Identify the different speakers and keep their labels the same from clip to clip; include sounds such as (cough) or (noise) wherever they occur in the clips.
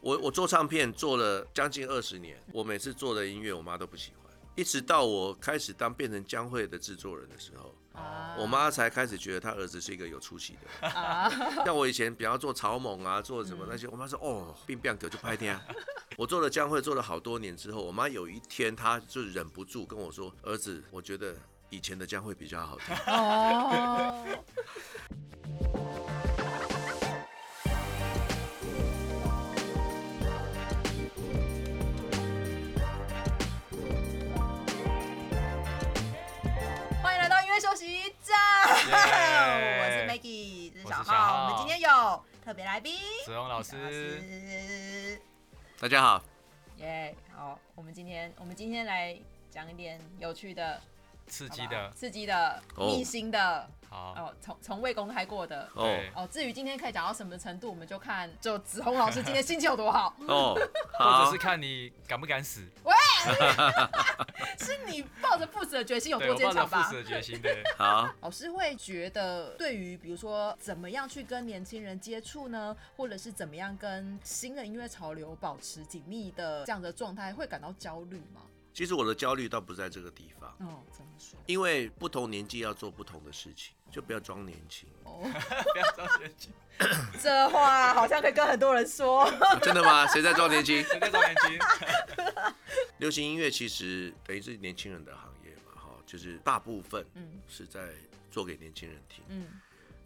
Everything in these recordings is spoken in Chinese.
Speaker 1: 我我做唱片做了将近二十年，我每次做的音乐我妈都不喜欢，一直到我开始当变成江蕙的制作人的时候，
Speaker 2: 啊
Speaker 1: 我妈才开始觉得她儿子是一个有出息的人。像我以前，比方做草蜢啊，做什么那些，我妈说哦，病病狗就拍天。我做了江蕙，做了好多年之后，我妈有一天她就忍不住跟我说：“儿子，我觉得以前的江蕙比较好听。”
Speaker 2: 哦，欢迎来到音乐休息站，
Speaker 3: 耶
Speaker 2: (laughs) 我是 Maggie，这是小
Speaker 3: 我是小
Speaker 2: 浩，
Speaker 3: 浩
Speaker 2: 我们今天有特别来宾，
Speaker 3: 子龙老
Speaker 2: 老
Speaker 3: 师，
Speaker 2: 师
Speaker 1: 大家好，
Speaker 2: 耶好，我们今天我们今天来讲一点有趣的、
Speaker 3: 刺
Speaker 2: 好
Speaker 3: 激
Speaker 2: 不好
Speaker 3: 的，
Speaker 2: 刺激的、
Speaker 1: 哦
Speaker 2: 逆心的，
Speaker 3: 好，
Speaker 2: 哦，从从未公开过的。
Speaker 1: 哦
Speaker 3: 对
Speaker 2: 哦，至于今天可以讲到什么程度，我们就看就子红老师今天心情有多
Speaker 3: (laughs)
Speaker 2: 好。
Speaker 1: 哦，
Speaker 3: 或者
Speaker 1: 好
Speaker 3: 是，看你敢不敢死，
Speaker 2: 是你抱着不死的决心有
Speaker 3: 对
Speaker 2: 多
Speaker 3: 我
Speaker 2: 坚
Speaker 3: 抱着
Speaker 2: 强
Speaker 3: 赴
Speaker 2: 吧
Speaker 3: 死？的决心的，
Speaker 1: 好，
Speaker 2: 老师会觉得，对于比如说怎么样去跟年轻人接触呢，或者是怎么样跟新的音乐潮流保持紧密的这样的状态，会感到焦虑吗？
Speaker 1: 其实我的焦虑倒不在这个地方，
Speaker 2: 哦，怎么说？
Speaker 1: 因为不同年纪要做不同的事情，就不要装年轻。 (laughs)
Speaker 2: 哦， (laughs)
Speaker 3: 不要装年轻，
Speaker 2: 这话好像可以跟很多人说。
Speaker 1: 啊真的吗？谁在装年轻？ (laughs)
Speaker 3: 谁在装年轻？
Speaker 1: 流行音乐其实等于是年轻人的行业嘛，哈，就是大部分
Speaker 2: 嗯
Speaker 1: 是在做给年轻人听。
Speaker 2: 嗯，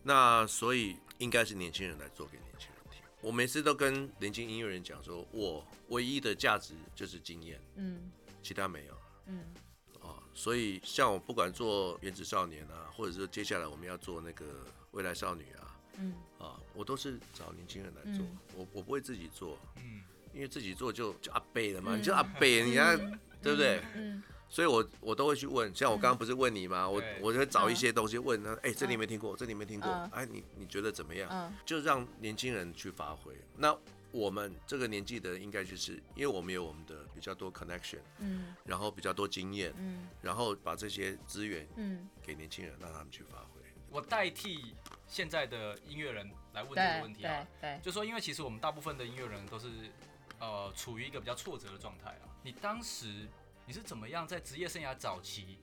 Speaker 1: 那所以应该是年轻人来做给年轻人听。我每次都跟年轻音乐人讲说，我唯一的价值就是经验，
Speaker 2: 嗯
Speaker 1: 其他没有。
Speaker 2: 嗯
Speaker 1: 啊，所以像我不管做原子少年啊，或者是接下来我们要做那个未来少女啊，
Speaker 2: 嗯，
Speaker 1: 啊，我都是找年轻人来做，
Speaker 2: 嗯
Speaker 1: 我我不会自己做，
Speaker 3: 嗯，
Speaker 1: 因为自己做就就阿贝了嘛，
Speaker 2: 嗯
Speaker 1: 你就阿贝，你看、
Speaker 2: 嗯
Speaker 1: 对不对？
Speaker 2: 嗯
Speaker 1: 所以我我都会去问，像我刚刚不是问你吗？我
Speaker 3: 对
Speaker 1: 我就会找一些东西问他，哎、这里
Speaker 2: 嗯
Speaker 1: 没听过，这里没听过，
Speaker 2: 嗯
Speaker 1: 哎、你你觉得怎么样？
Speaker 2: 嗯
Speaker 1: 就让年轻人去发挥。那我们这个年纪的，应该就是因为我们有我们的比较多 connection，
Speaker 2: 嗯
Speaker 1: 然后比较多经验，
Speaker 2: 嗯
Speaker 1: 然后把这些资源
Speaker 2: 嗯，
Speaker 1: 给年轻人，让他们去发挥。
Speaker 3: 我代替现在的音乐人来问这个
Speaker 2: 对
Speaker 3: 问题啊
Speaker 2: 对，对，
Speaker 3: 就说因为其实我们大部分的音乐人都是呃处于一个比较挫折的状态啊，你当时你是怎么样在职业生涯早期？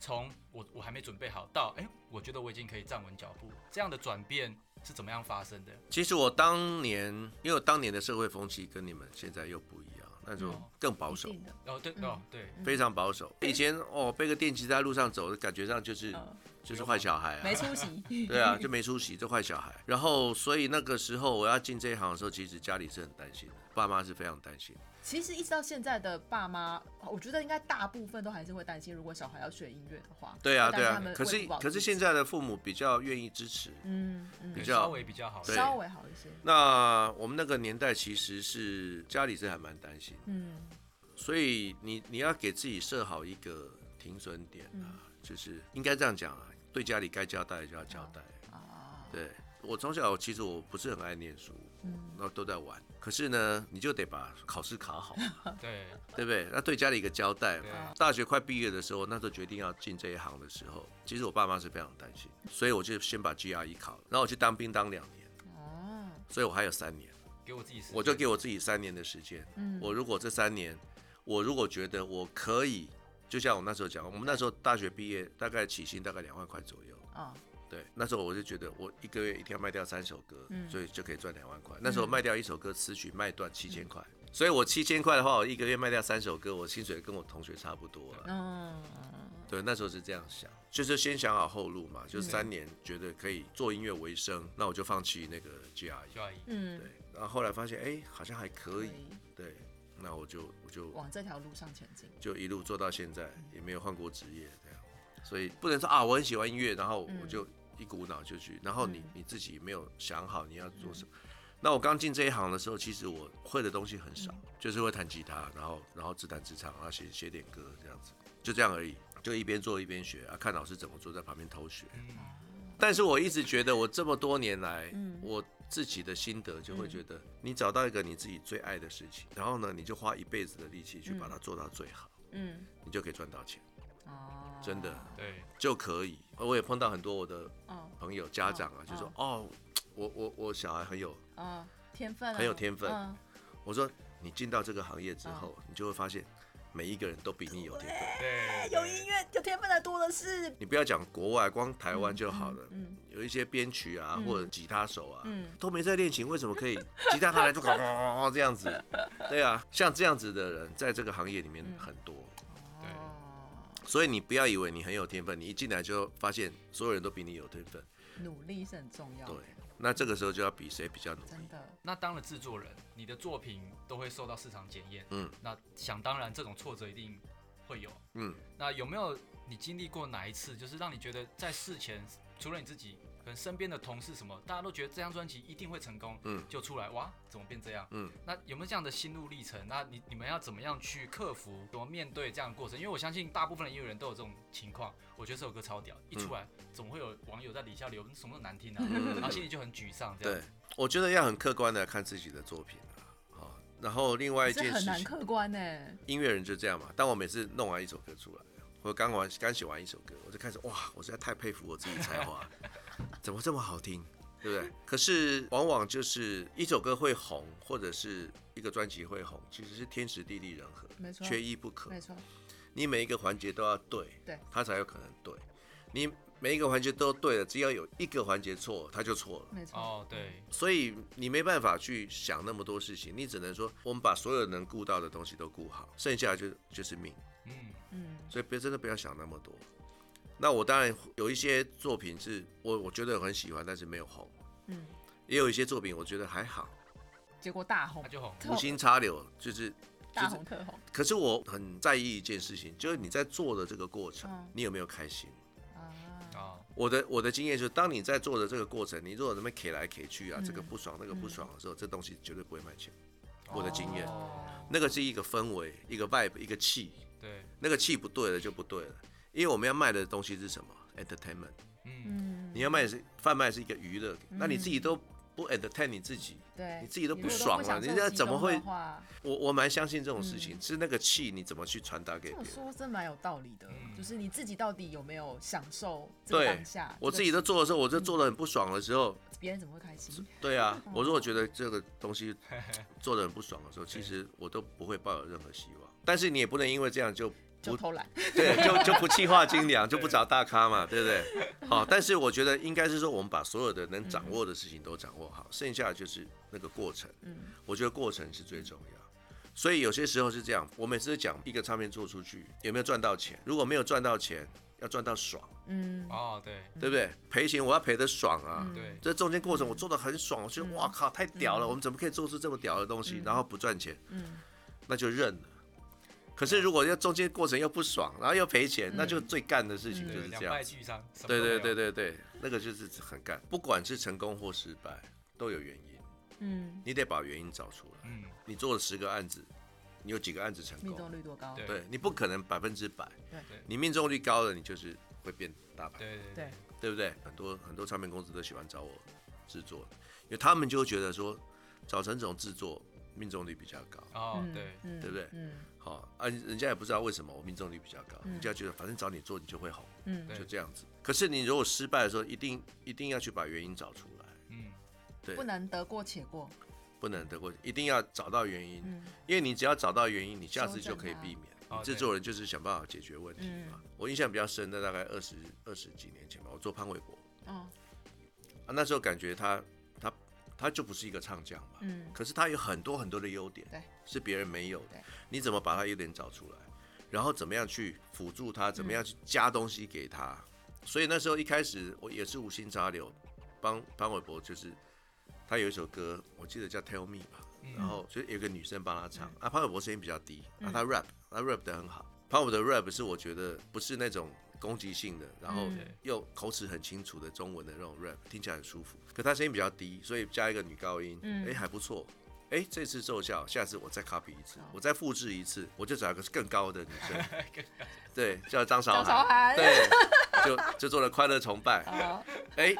Speaker 3: 从我我还没准备好到哎、我觉得我已经可以站稳脚步，这样的转变是怎么样发生的？
Speaker 1: 其实我当年，因为我当年的社会风气跟你们现在又不一样，那时候
Speaker 3: 嗯
Speaker 1: 更保
Speaker 2: 一
Speaker 1: 守，啊
Speaker 2: 定的，
Speaker 3: 哦对
Speaker 2: 嗯
Speaker 3: 哦对，
Speaker 2: 嗯
Speaker 1: 非常保守。以前哦，背个电吉他在路上走，感觉上就是
Speaker 2: 嗯，
Speaker 1: 就是坏小孩
Speaker 2: (laughs) 没
Speaker 1: 啊，
Speaker 2: 出息。 (laughs)
Speaker 1: 对啊，就没出息，这坏小孩。然后，所以那个时候我要进这一行的时候，其实家里是很担心的，爸妈是非常担心。
Speaker 2: 其实一直到现在的爸妈，我觉得应该大部分都还是会担心，如果小孩要学音乐的话，
Speaker 1: 对啊，对
Speaker 2: 会担心
Speaker 1: 啊
Speaker 2: 他们。
Speaker 1: 可
Speaker 2: 喂
Speaker 1: 是
Speaker 2: 不饱
Speaker 1: 可是
Speaker 2: 肚子
Speaker 1: 现在的父母比较愿意支持。
Speaker 2: 嗯嗯
Speaker 1: 比，较
Speaker 3: 稍微比较好一
Speaker 1: 对
Speaker 3: 点，
Speaker 2: 稍微好一些，
Speaker 1: 那我们那个年代其实是家里是还蛮担心的。
Speaker 2: 嗯
Speaker 1: 所以你你要给自己设好一个停损点啊，
Speaker 2: 嗯
Speaker 1: 就是应该这样讲啊，对家里该交代的就要交代。
Speaker 2: 啊，
Speaker 1: 对我从小其实我不是很爱念书，
Speaker 2: 嗯
Speaker 1: 然后都在玩。可是呢，你就得把考试考好嘛，
Speaker 3: 对
Speaker 1: 对不对？那对家里一个交代嘛
Speaker 3: 对。
Speaker 1: 大学快毕业的时候，那时候决定要进这一行的时候，其实我爸妈是非常担心，所以我就先把 GRE 考了，然后我去当兵当两年，
Speaker 2: 哦，
Speaker 1: 所以我还有三年，
Speaker 3: 给我自己时间，
Speaker 1: 我就给我自己三年的时间。
Speaker 2: 嗯
Speaker 1: 我如果这三年，我如果觉得我可以，就像我那时候讲，我们那时候大学毕业，大概起薪大概两万块左右。
Speaker 2: 啊
Speaker 1: 对，那时候我就觉得我一个月一定要卖掉三首歌，
Speaker 2: 嗯
Speaker 1: 所以就可以赚两万块。那时候卖掉一首歌词曲卖断七千块，所以我七千块的话，我一个月卖掉三首歌，我薪水跟我同学差不多了。
Speaker 2: 嗯
Speaker 1: 对，那时候是这样想，就是先想好后路嘛，
Speaker 2: 嗯
Speaker 1: 就三年觉得可以做音乐为生，那我就放弃那个 GRE。
Speaker 3: 阿姨，
Speaker 1: 对
Speaker 2: 嗯，，
Speaker 1: 然后后来发现，哎，好像还可
Speaker 2: 可
Speaker 1: 以，对，那我就我就
Speaker 2: 往这条路上前进，
Speaker 1: 就一路做到现在，也没有换过职业这样，所以不能说啊，我很喜欢音乐，然后
Speaker 2: 嗯
Speaker 1: 我就一股脑就去，然后你
Speaker 2: 嗯
Speaker 1: 你自己没有想好你要做什么。那我刚进这一行的时候，其实我会的东西很少，
Speaker 2: 嗯
Speaker 1: 就是会弹吉他，然后然后自弹自唱，然后写写点歌这样子，就这样而已，就一边做一边学啊，看老师怎么做，在旁边偷学。
Speaker 3: 嗯，
Speaker 1: 但是我一直觉得，我这么多年来，
Speaker 2: 嗯
Speaker 1: 我自己的心得就会
Speaker 2: 嗯
Speaker 1: 觉得，你找到一个你自己最爱的事情，然后呢，你就花一辈子的力气去把它做到最好。
Speaker 2: 嗯
Speaker 1: 你就可以赚到钱，
Speaker 2: 哦，
Speaker 1: 真的
Speaker 3: 对，
Speaker 1: 就可以。呃我也碰到很多我的
Speaker 2: 嗯
Speaker 1: 朋友家长啊
Speaker 2: 嗯，
Speaker 1: 就说哦，我我我小孩很有
Speaker 2: 嗯，天分啊
Speaker 1: 很有天分
Speaker 2: 嗯
Speaker 1: 我我说你进到这个行业之后，你就会发现每一个人都比你有天分。
Speaker 3: 对，
Speaker 2: (laughs) 有音乐有天分的多的是。
Speaker 1: 你不要讲国外，光台湾就好了。
Speaker 2: 嗯，
Speaker 1: 有一些编曲啊，
Speaker 2: 嗯
Speaker 1: 或者吉他手啊，
Speaker 2: 嗯
Speaker 1: 都没在练琴，为什么可以吉他他来就 (laughs) 哐哐哐哐这样子？对啊，像这样子的人，在这个行业里面
Speaker 2: 嗯
Speaker 1: 很多。
Speaker 3: 对
Speaker 2: 哦，
Speaker 1: 所以你不要以为你很有天分，你一进来就发现所有人都比你有天分。
Speaker 2: 努力是很重要
Speaker 1: 对
Speaker 2: 的，，
Speaker 1: 那这个时候就要比谁比较努力
Speaker 2: 真。的。
Speaker 3: 那当了制作人，你的作品都会受到市场检验。
Speaker 1: 嗯
Speaker 3: 那想当然，这种挫折一定会有。
Speaker 1: 嗯，
Speaker 3: 那有没有你经历过哪一次，就是让你觉得在事前，除了你自己，可能身边的同事什么，大家都觉得这张专辑一定会成功，
Speaker 1: 嗯
Speaker 3: 就出来哇，怎么变这样？
Speaker 1: 嗯，
Speaker 3: 那有没有这样的心路历程？那你你们要怎么样去克服，怎么面对这样的过程？因为我相信大部分的音乐人都有这种情况。我觉得这首歌超屌，一出来、总会有网友在底下留你什么都难听啊，
Speaker 1: 嗯
Speaker 3: 然后心里就很沮丧这样
Speaker 1: 对。，我觉得要很客观的看自己的作品啊。好，然后另外一
Speaker 2: 这
Speaker 1: 件
Speaker 2: 很
Speaker 1: 事
Speaker 2: 难
Speaker 1: 情，
Speaker 2: 客观呢、
Speaker 1: 音乐人就这样嘛。当我每次弄完一首歌出来，或刚完刚写完一首歌，我就开始哇，我实在太佩服我自己才华 (laughs) 了，怎么这么好听，对不对？可是往往就是一首歌会红，或者是一个专辑会红，其实是天时地利人和
Speaker 2: 没，错
Speaker 1: 缺一不可。
Speaker 2: 没错，
Speaker 1: 你每一个环节都要对，
Speaker 2: 对，
Speaker 1: 它才有可能对。你每一个环节都对了，只要有一个环节错，它就错了。
Speaker 2: 没错。
Speaker 3: 哦，对，
Speaker 1: 所以你没办法去想那么多事情，你只能说我们把所有能顾到的东西都顾好，剩下的就就是命。
Speaker 3: 嗯，
Speaker 2: 嗯，
Speaker 1: 所以别真的不要想那么多。那我当然有一些作品是我我觉得很喜欢，但是没有红。
Speaker 2: 嗯，
Speaker 1: 也有一些作品我觉得还好，
Speaker 2: 结果大红
Speaker 3: 那，就红。
Speaker 2: 特
Speaker 1: 无心插柳，就是
Speaker 2: 大红特红
Speaker 1: 可是我很在意一件事情，就是你在做的这个过程，
Speaker 2: 嗯
Speaker 1: 你有没有开心？
Speaker 2: 啊！
Speaker 3: 哦，
Speaker 1: 我的我的经验就是，当你在做的这个过程，你如果那边 K 来 K 去啊，
Speaker 2: 嗯
Speaker 1: 这个不爽那个不爽的时候，这东西绝对不会卖钱。我的经验
Speaker 3: 哦
Speaker 1: 那个是一个氛围，一个 vibe，一个气，
Speaker 3: 对，
Speaker 1: 那个气不对了就不对了。因为我们要卖的东西是什么？entertainment，
Speaker 3: 嗯，
Speaker 2: 嗯，
Speaker 1: 你要卖的是贩卖是一个娱乐，那你自己都不 entertain 你自己，
Speaker 2: 对，
Speaker 1: 你自己都
Speaker 2: 如
Speaker 1: 不
Speaker 2: 果
Speaker 1: 爽了
Speaker 2: 享受
Speaker 1: 人家
Speaker 2: 其
Speaker 1: 怎么
Speaker 2: 中
Speaker 1: 会
Speaker 2: 的话
Speaker 1: 我我蛮相信这种事情，是那个气你怎么去传达给
Speaker 2: 这
Speaker 1: 别
Speaker 2: 么
Speaker 1: 人。
Speaker 2: 说真蛮有道理的，
Speaker 3: 嗯
Speaker 2: 就是你自己到底有没有享受这个
Speaker 1: 对
Speaker 2: 当下？，
Speaker 1: 我
Speaker 2: 这
Speaker 1: 自己
Speaker 2: 个
Speaker 1: 都做的时候，我就做的很不爽的时候，
Speaker 2: 别人怎么会开心？
Speaker 1: 对啊，我如果觉得这个东西做的很不爽的时候，其实我都不会抱有任何希望。但是你也不能因为这样就
Speaker 2: 就
Speaker 1: 不
Speaker 2: 偷懒，
Speaker 1: (laughs) 对，就就不气化精良，就不找大咖嘛，对不对？好，但是我觉得应该是说，我们把所有的能掌握的事情都掌握好，剩下的就是那个过程。
Speaker 2: 嗯，
Speaker 1: 我觉得过程是最重要。所以有些时候是这样，我每次讲一个唱片做出去有没有赚到钱，如果没有赚到钱，要赚到爽，
Speaker 3: (laughs)
Speaker 2: 嗯，
Speaker 3: (laughs) 哦，对，
Speaker 1: 对不对？赔钱我要赔得爽啊，
Speaker 2: 嗯
Speaker 3: 对，
Speaker 1: 这中间过程我做的很爽，我觉得
Speaker 2: 嗯
Speaker 1: 哇靠，太屌了！我们怎么可以做出这么屌的东西，
Speaker 2: 嗯
Speaker 1: 然后不赚钱，
Speaker 2: 嗯，
Speaker 1: 那就认了。可
Speaker 3: 嗯
Speaker 1: 是如果要中间过程又不爽，然后又赔钱，
Speaker 2: 嗯
Speaker 1: 那就最干的事情
Speaker 2: 嗯
Speaker 1: 就是
Speaker 3: 对，
Speaker 1: 这
Speaker 3: 两
Speaker 1: 样
Speaker 3: 败
Speaker 1: 子。
Speaker 3: 俱伤。什么
Speaker 1: 对
Speaker 3: 都没
Speaker 1: 对
Speaker 3: 有
Speaker 1: 对，对对，那个就是很干，不管是成功或失败，都有原因，
Speaker 2: 嗯，
Speaker 1: 你得把原因找出来。
Speaker 3: 嗯，
Speaker 1: 你做了十个案子，你有几个案子成
Speaker 2: 命
Speaker 1: 功
Speaker 2: 中？率多高？
Speaker 3: 对
Speaker 1: 对你不可能百分之百
Speaker 2: 对，
Speaker 1: 你命中率高了，你就是会变大牌。
Speaker 3: 对嗯对
Speaker 2: 对
Speaker 3: 对，
Speaker 1: 对不对？很多很多唱片公司都喜欢找我制作，因为他们就会觉得说找陈总制作命中率比较高，
Speaker 3: 哦
Speaker 2: 嗯，
Speaker 3: 对，
Speaker 2: 嗯
Speaker 1: 对不对
Speaker 2: 嗯
Speaker 1: 好、啊，人家也不知道为什么我命中率比较高，
Speaker 2: 嗯
Speaker 1: 人家觉得反正找你做你就会红，
Speaker 2: 嗯，
Speaker 3: 对
Speaker 1: 就这样子。可是你如果失败的时候，一定一定要去把原因找出来，
Speaker 3: 嗯，
Speaker 1: 对，
Speaker 2: 不能得过且过，
Speaker 1: 不能得过，一定要找到原因，
Speaker 2: 嗯
Speaker 1: 因为你只要找到原因，你下次就
Speaker 2: 修正
Speaker 1: 可以
Speaker 2: 它嗯
Speaker 1: 避免。
Speaker 3: 哦
Speaker 1: 你制
Speaker 3: 对
Speaker 1: 作人就是想办法解决问题嘛。我印象比较深的大概二十二十几年前吧，我做潘玮柏，
Speaker 2: 哦，
Speaker 1: 啊，那时候感觉他他他就不是一个唱将嘛，
Speaker 2: 嗯
Speaker 1: 可是他有很多很多的优点，
Speaker 2: 对，
Speaker 1: 是别人没有的
Speaker 2: 对。
Speaker 1: 你怎么把他优点找出来？然后怎么样去辅助
Speaker 2: 嗯
Speaker 1: 他？怎么样去加东西给他？所以那时候一开始我也是无心插柳，帮潘玮柏就是他有一首歌，我记得叫《Tell Me》吧，
Speaker 3: 嗯
Speaker 1: 然后就有一个女生帮他
Speaker 2: 嗯
Speaker 1: 唱，啊，潘玮柏声音比较低，啊，他 rap，他 rap 的很好。潘玮柏的 rap 是我觉得不是那种攻击性的， (laughs) 然后
Speaker 2: 嗯
Speaker 1: 又口齿很清楚的中文的那种 rap，听起来很舒服。可他声音比较低，所以加一个女高音，哎、
Speaker 2: 嗯
Speaker 1: 还不错。哎，这次奏效，下次我再 copy 一次
Speaker 2: 好，
Speaker 1: 我再复制一次，我就找一个更高的女
Speaker 2: (laughs)
Speaker 1: 生，对，叫张韶
Speaker 2: 张韶涵
Speaker 1: 对，就就做了快乐崇
Speaker 2: (laughs)
Speaker 1: 拜，
Speaker 2: 哦，
Speaker 1: 哎，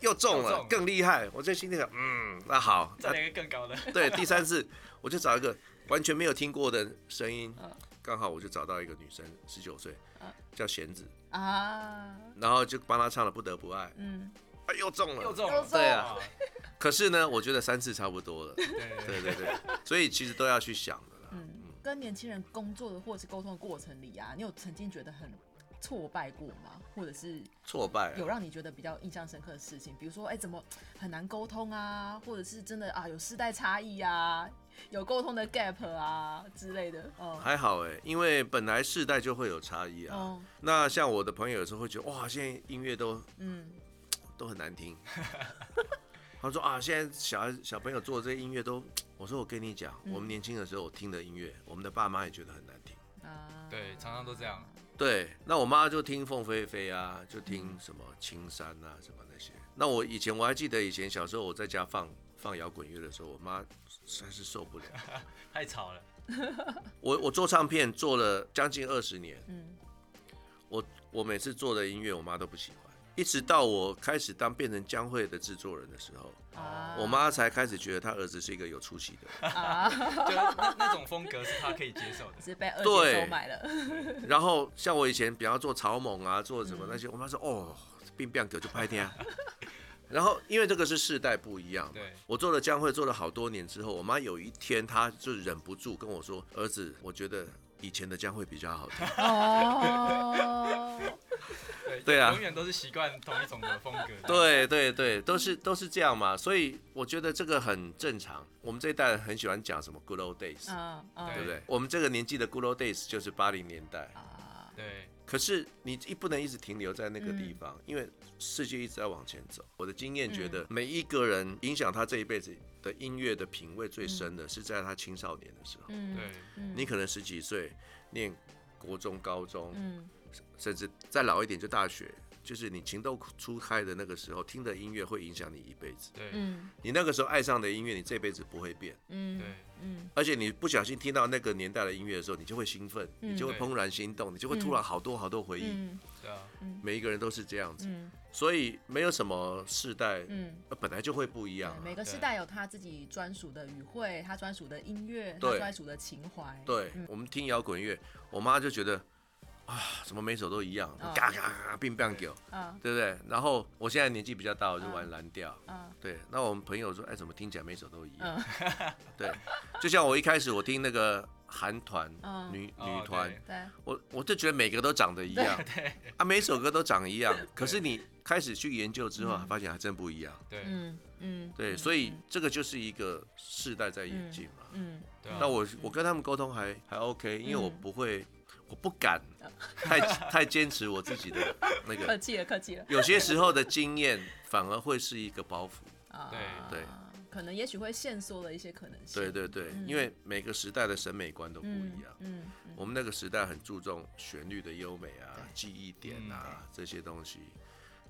Speaker 1: 又中
Speaker 3: 又中
Speaker 1: 了
Speaker 3: 了，
Speaker 1: 更厉害。我在心里想，嗯，那好，
Speaker 3: 再来一个更高的，
Speaker 1: 对，第三次我就找一个完全没有听过的声音
Speaker 2: 嗯，
Speaker 1: 刚好我就找到一个女生，十九岁
Speaker 2: 嗯，
Speaker 1: 叫弦子，
Speaker 2: 啊，
Speaker 1: 然后就帮她唱了《不得不爱》，
Speaker 2: 嗯，
Speaker 1: 哎，又中
Speaker 3: 又
Speaker 1: 了。
Speaker 3: 中了，
Speaker 2: 又中
Speaker 1: 对啊可是呢，我觉得三次差不
Speaker 2: (laughs)
Speaker 1: 多了。
Speaker 3: 对
Speaker 1: 对对对，所以其实都要去想的啦。
Speaker 2: 嗯，跟年轻人工作的或者是沟通的过程里啊，你有曾经觉得很挫败过吗？或者是
Speaker 1: 挫败啊
Speaker 2: 有让你觉得比较印象深刻的事情？比如说，哎、怎么很难沟通啊？或者是真的啊，有世代差异啊，有沟通的 gap 啊之类的。哦、
Speaker 1: 还好哎，因为本来世代就会有差异啊。
Speaker 2: 哦，
Speaker 1: 那像我的朋友有时候会觉得，哇，现在音乐都
Speaker 2: 嗯，
Speaker 1: 都很难
Speaker 2: (laughs)
Speaker 1: 听。他说啊，现在小孩小朋友做的这些音乐都，我说我跟你讲，
Speaker 2: 嗯
Speaker 1: 我们年轻的时候听的音乐，我们的爸妈也觉得很难听。
Speaker 2: 啊，
Speaker 3: 对，常常都这样。
Speaker 1: 对，那我妈就听凤飞飞啊，就听什么青山啊，什么那些。那我以前我还记得，以前小时候我在家放放摇滚乐的时候，我妈实在是受不了。
Speaker 3: 太
Speaker 2: (laughs)
Speaker 3: 吵了。
Speaker 1: 我我做唱片做了将近二十年，
Speaker 2: 嗯，
Speaker 1: 我我每次做的音乐，我妈都不喜欢。一直到我开始当变成江蕙的制作人的时候，
Speaker 2: 啊，
Speaker 1: 我妈才开始觉得她儿子是一个有出息的人。
Speaker 2: 啊，
Speaker 3: 就那那种风格是他可以接受
Speaker 1: (laughs)
Speaker 3: 的。
Speaker 2: 直接被二姐
Speaker 1: 对
Speaker 2: 收买了。
Speaker 1: 然后像我以前比方做草蜢啊，做什么
Speaker 2: 嗯
Speaker 1: 那些，我妈说哦，病病狗就拍天啊。 (laughs) 然后因为这个是世代不一样嘛
Speaker 3: 对，
Speaker 1: 我做了江蕙做了好多年之后，我妈有一天她就忍不住跟我说：“儿子，我觉得以前的江蕙比较好听。
Speaker 2: 哦，
Speaker 3: 对
Speaker 1: 对啊
Speaker 3: 永远都是习惯同一种的风格。” (laughs)
Speaker 1: 对对对，都是都是这样嘛，所以我觉得这个很正常。我们这一代人很喜欢讲什么 “good old days”，、
Speaker 2: 啊啊
Speaker 1: 对不对？我们这个年纪的 “good old days” 就是八零年代，
Speaker 2: 啊，
Speaker 3: 对
Speaker 1: 可是你一不能一直停留在那个地方，因为世界一直在往前走。我的经验觉得，每一个人影响他这一辈子的音乐的品味最深的是在他青少年的时候。
Speaker 2: 嗯，
Speaker 3: 对，
Speaker 2: 嗯，
Speaker 1: 你可能十几岁念国中、高中，
Speaker 2: 嗯
Speaker 1: 甚至再老一点就大学，就是你情窦初开的那个时候听的音乐会影响你一辈子。
Speaker 3: 对
Speaker 2: 嗯
Speaker 1: 你那个时候爱上的音乐，你这辈子不会变。
Speaker 2: 嗯，
Speaker 3: 对
Speaker 2: 嗯
Speaker 1: 而且你不小心听到那个年代的音乐的时候，你就会兴奋，
Speaker 2: 嗯
Speaker 1: 你就会怦然心动，你就会突然好多好多回忆。
Speaker 2: 嗯
Speaker 3: 对啊，
Speaker 1: 每一个人都是这样子。
Speaker 2: 嗯
Speaker 1: 所以没有什么世代，
Speaker 2: 嗯，
Speaker 1: 呃本来就会不一样
Speaker 2: 对，
Speaker 1: 啊、
Speaker 2: 每个时
Speaker 3: 对
Speaker 2: 代有他自己专属的语汇，他专属的音乐，他
Speaker 1: 对
Speaker 2: 专属的情怀。
Speaker 1: 对，我们听摇滚乐，我妈就觉得啊，怎么每首都一样，
Speaker 2: 嗯
Speaker 1: 嘎嘎嘎，并棒狗，
Speaker 2: 啊
Speaker 1: 对不对？然后我现在年纪比较大，我就玩
Speaker 2: 嗯
Speaker 1: 蓝调。
Speaker 2: 啊
Speaker 1: 对，那我们朋友说，哎，怎么听起来每首都一样？
Speaker 2: 嗯
Speaker 1: (laughs) 对，就像我一开始我听那个韩团、
Speaker 2: 嗯
Speaker 1: 女
Speaker 3: 哦
Speaker 1: 女团，
Speaker 3: 对
Speaker 2: 对，
Speaker 1: 我我就觉得每个都长得一
Speaker 3: (laughs)
Speaker 1: 样，啊，每首歌都长一样。可是你开始去研究之后，发现还真不一样。
Speaker 3: 对
Speaker 2: 嗯嗯，
Speaker 1: 对，
Speaker 2: 嗯
Speaker 1: 所以这个就是一个世代在演进嘛。
Speaker 2: 嗯
Speaker 3: 对啊。
Speaker 1: 那我我跟他们沟通还还 OK，因为我
Speaker 2: 嗯
Speaker 1: 不会，我不敢太太坚持我自己的那
Speaker 2: 客 (laughs)
Speaker 1: 个，
Speaker 2: 气了，客气了
Speaker 1: 有些时候的经验反而会是一个包袱。
Speaker 2: 啊，
Speaker 3: 对
Speaker 1: 对，
Speaker 2: 可能也许会限缩了一些可能性。
Speaker 1: 对对对，
Speaker 2: 嗯
Speaker 1: 因为每个时代的审美观都不
Speaker 2: 嗯，
Speaker 1: 一样。
Speaker 2: 嗯嗯
Speaker 1: 我们那个时代很注重旋律的优美啊
Speaker 2: 对、
Speaker 1: 记忆点
Speaker 3: 嗯
Speaker 1: 啊这些东西，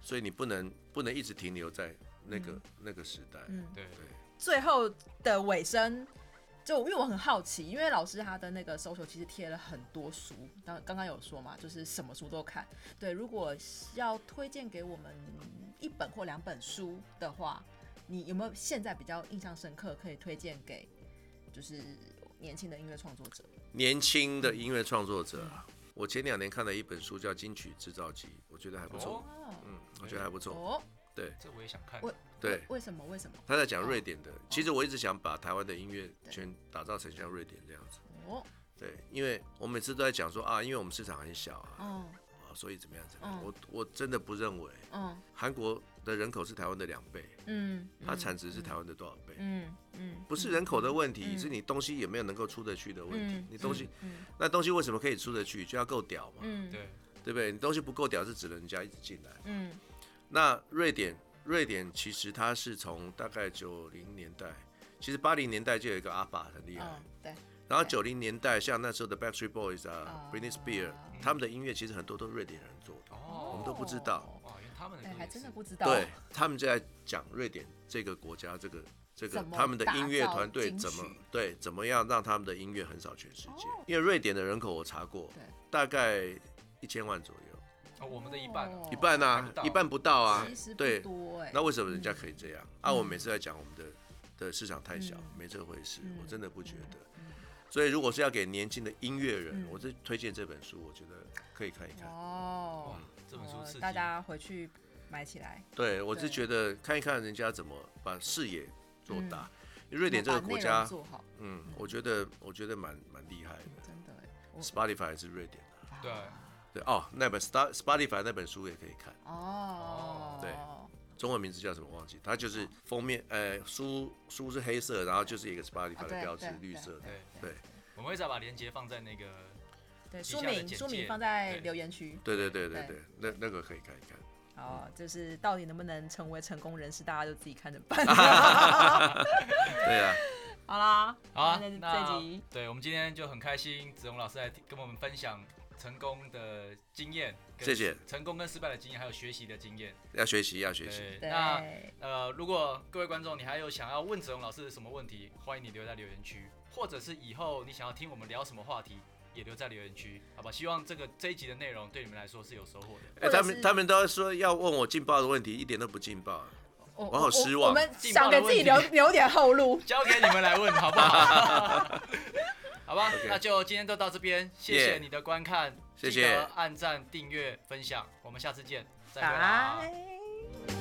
Speaker 1: 所以你不能不能一直停留在那个那个时代。
Speaker 2: 嗯，
Speaker 3: 对
Speaker 2: 最后的尾声，就因为我很好奇，因为老师他的那个 social 其实贴了很多书，刚刚刚有说嘛，就是什么书都看。对，如果要推荐给我们一本或两本书的话，你有没有现在比较印象深刻可以推荐给就是年轻的音乐创作者？
Speaker 1: 年轻的音乐创作者啊，我前两年看了一本书叫《金曲制造机》，我觉得还不错
Speaker 3: 哦。
Speaker 1: 嗯，我觉得还不错。
Speaker 2: 哦，
Speaker 1: 对
Speaker 3: 这我也想看。
Speaker 2: 我
Speaker 1: 对，
Speaker 2: 为什么？为什么？
Speaker 1: 他在讲瑞典
Speaker 2: 哦
Speaker 1: 的。其实我一直想把台湾的音乐圈打造成像瑞典这样子。
Speaker 2: 哦，
Speaker 1: 对，因为我每次都在讲说啊，因为我们市场很小啊，
Speaker 2: 嗯
Speaker 1: 啊所以怎么样怎么样。
Speaker 2: 嗯
Speaker 1: 我我真的不认为
Speaker 2: 嗯
Speaker 1: 韩国的人口是台湾的两倍，
Speaker 2: 嗯，
Speaker 1: 它产值是台湾的多少倍？
Speaker 2: 嗯嗯，
Speaker 1: 不是人口的问题，
Speaker 2: 嗯
Speaker 1: 是你东西有没有能够出得去的问题
Speaker 2: 嗯。
Speaker 1: 你东西
Speaker 2: 嗯
Speaker 1: 那东西为什么可以出得去，就要够屌嘛，
Speaker 2: 嗯
Speaker 3: 对
Speaker 1: 对不对？你东西不够屌，是指人家一直进来。
Speaker 2: 嗯
Speaker 1: 那瑞典，瑞典其实它是从大概九零年代，其实八零年代就有一个阿爸很厉害，
Speaker 2: 嗯，对，
Speaker 1: 然后
Speaker 2: 对
Speaker 1: 九零年代像那时候的 Backstreet Boys 啊、
Speaker 2: 啊
Speaker 1: Britney Spears，他们的音乐其实很多都是瑞典人做的，
Speaker 3: 哦，
Speaker 1: 我们都不知道
Speaker 2: 哦
Speaker 3: 哇，原来他们的
Speaker 2: 哎，
Speaker 3: 歌
Speaker 2: 还
Speaker 3: 也是
Speaker 2: 真的不知道。
Speaker 1: 对他们就在讲瑞典这个国家这个。这个
Speaker 2: 怎么
Speaker 1: 他们的音乐
Speaker 2: 打造
Speaker 1: 团队
Speaker 2: 金
Speaker 1: 怎么
Speaker 2: 曲
Speaker 1: 对怎么样让他们的音乐横扫全世界？因为瑞典的人口我查过
Speaker 2: 对，
Speaker 1: 大概一千万左右，
Speaker 3: 哦，我们的一半啊
Speaker 2: 哦
Speaker 1: 一半
Speaker 3: 还
Speaker 1: 啊
Speaker 3: 不，到
Speaker 1: 一半不到啊
Speaker 2: 其实，不
Speaker 1: 对，
Speaker 2: 多哎、
Speaker 1: 那为什么人家可以这样？啊，
Speaker 2: 嗯
Speaker 1: 我每次在讲我们的的市场太小
Speaker 2: 嗯，
Speaker 1: 没这回事
Speaker 2: 嗯，
Speaker 1: 我真的不觉得
Speaker 2: 嗯。
Speaker 1: 所以如果是要给年轻的音乐人
Speaker 2: 嗯，
Speaker 1: 我是推荐这本书，我觉得可以看一看。
Speaker 2: 哦
Speaker 3: 哇，，这本书刺激
Speaker 2: 大家回去买起来，
Speaker 1: 对我是
Speaker 2: 对
Speaker 1: 觉得看一看人家怎么把视野做
Speaker 2: 嗯
Speaker 1: 大。瑞典这
Speaker 2: 然
Speaker 1: 个
Speaker 2: 后把
Speaker 1: 国
Speaker 2: 内容
Speaker 1: 家，
Speaker 2: 做好，
Speaker 1: 嗯，我觉得我觉得蛮蛮厉害
Speaker 2: 嗯
Speaker 1: 的。
Speaker 2: 真的哎，我
Speaker 1: Spotify 也是瑞典的，
Speaker 3: 对
Speaker 1: 对哦，那本 Star Spotify 那本书也可以看，
Speaker 2: 哦，
Speaker 1: 对中文名字叫什么忘记，它就是封面，呃，书书是黑色，然后就是一个 Spotify 的
Speaker 2: 啊对
Speaker 1: 标志
Speaker 2: 对，
Speaker 1: 绿色的，
Speaker 3: 对
Speaker 1: 对
Speaker 3: 我们会再把链接放在那个
Speaker 2: 对，
Speaker 3: 底
Speaker 2: 书
Speaker 3: 下的
Speaker 2: 名
Speaker 3: 简
Speaker 2: 书
Speaker 3: 介
Speaker 2: 名放在
Speaker 3: 对
Speaker 2: 留言区，
Speaker 1: 对对对对
Speaker 2: 对
Speaker 1: 对，那那个可以看一看。
Speaker 2: 哦，就是到底能不能成为成功人士，大家就自己看着
Speaker 1: (laughs)
Speaker 2: 办。
Speaker 1: 对啊，
Speaker 2: 好啦，
Speaker 3: 好啊，
Speaker 2: 那
Speaker 3: 那
Speaker 2: 这集
Speaker 3: 对我们今天就很开心，子龙老师来跟我们分享成功的经验，跟
Speaker 1: 谢谢
Speaker 3: 成功跟失败的经验，还有学习的经验。
Speaker 1: 要学习要学习。
Speaker 3: 对，那
Speaker 2: 对，
Speaker 3: 呃，如果各位观众你还有想要问子龙老师什么问题，欢迎你留在留言区，或者是以后你想要听我们聊什么话题，也留在留言区，好吧？希望这个这一集的内容对你们来说是有收获
Speaker 1: 哎、
Speaker 3: 的。
Speaker 2: 或者
Speaker 1: 他
Speaker 2: 是
Speaker 1: 们他们都说要问我劲爆的问题，一点都不劲爆。啊
Speaker 2: 我
Speaker 1: 我好失望
Speaker 2: 我们
Speaker 3: 劲
Speaker 2: 想
Speaker 3: 爆的
Speaker 2: 给自己
Speaker 3: 问
Speaker 2: 留
Speaker 3: 题
Speaker 2: 留点后路。
Speaker 3: 交给你们来问，好
Speaker 1: (laughs)
Speaker 3: 不好？好吧
Speaker 1: OK
Speaker 3: 那就今天就到这边，谢谢
Speaker 1: Yeah
Speaker 3: 你的观看
Speaker 1: 谢
Speaker 3: 记
Speaker 1: 谢
Speaker 3: 得按赞、订阅、分享，我们下次见，再会啦。
Speaker 2: 拜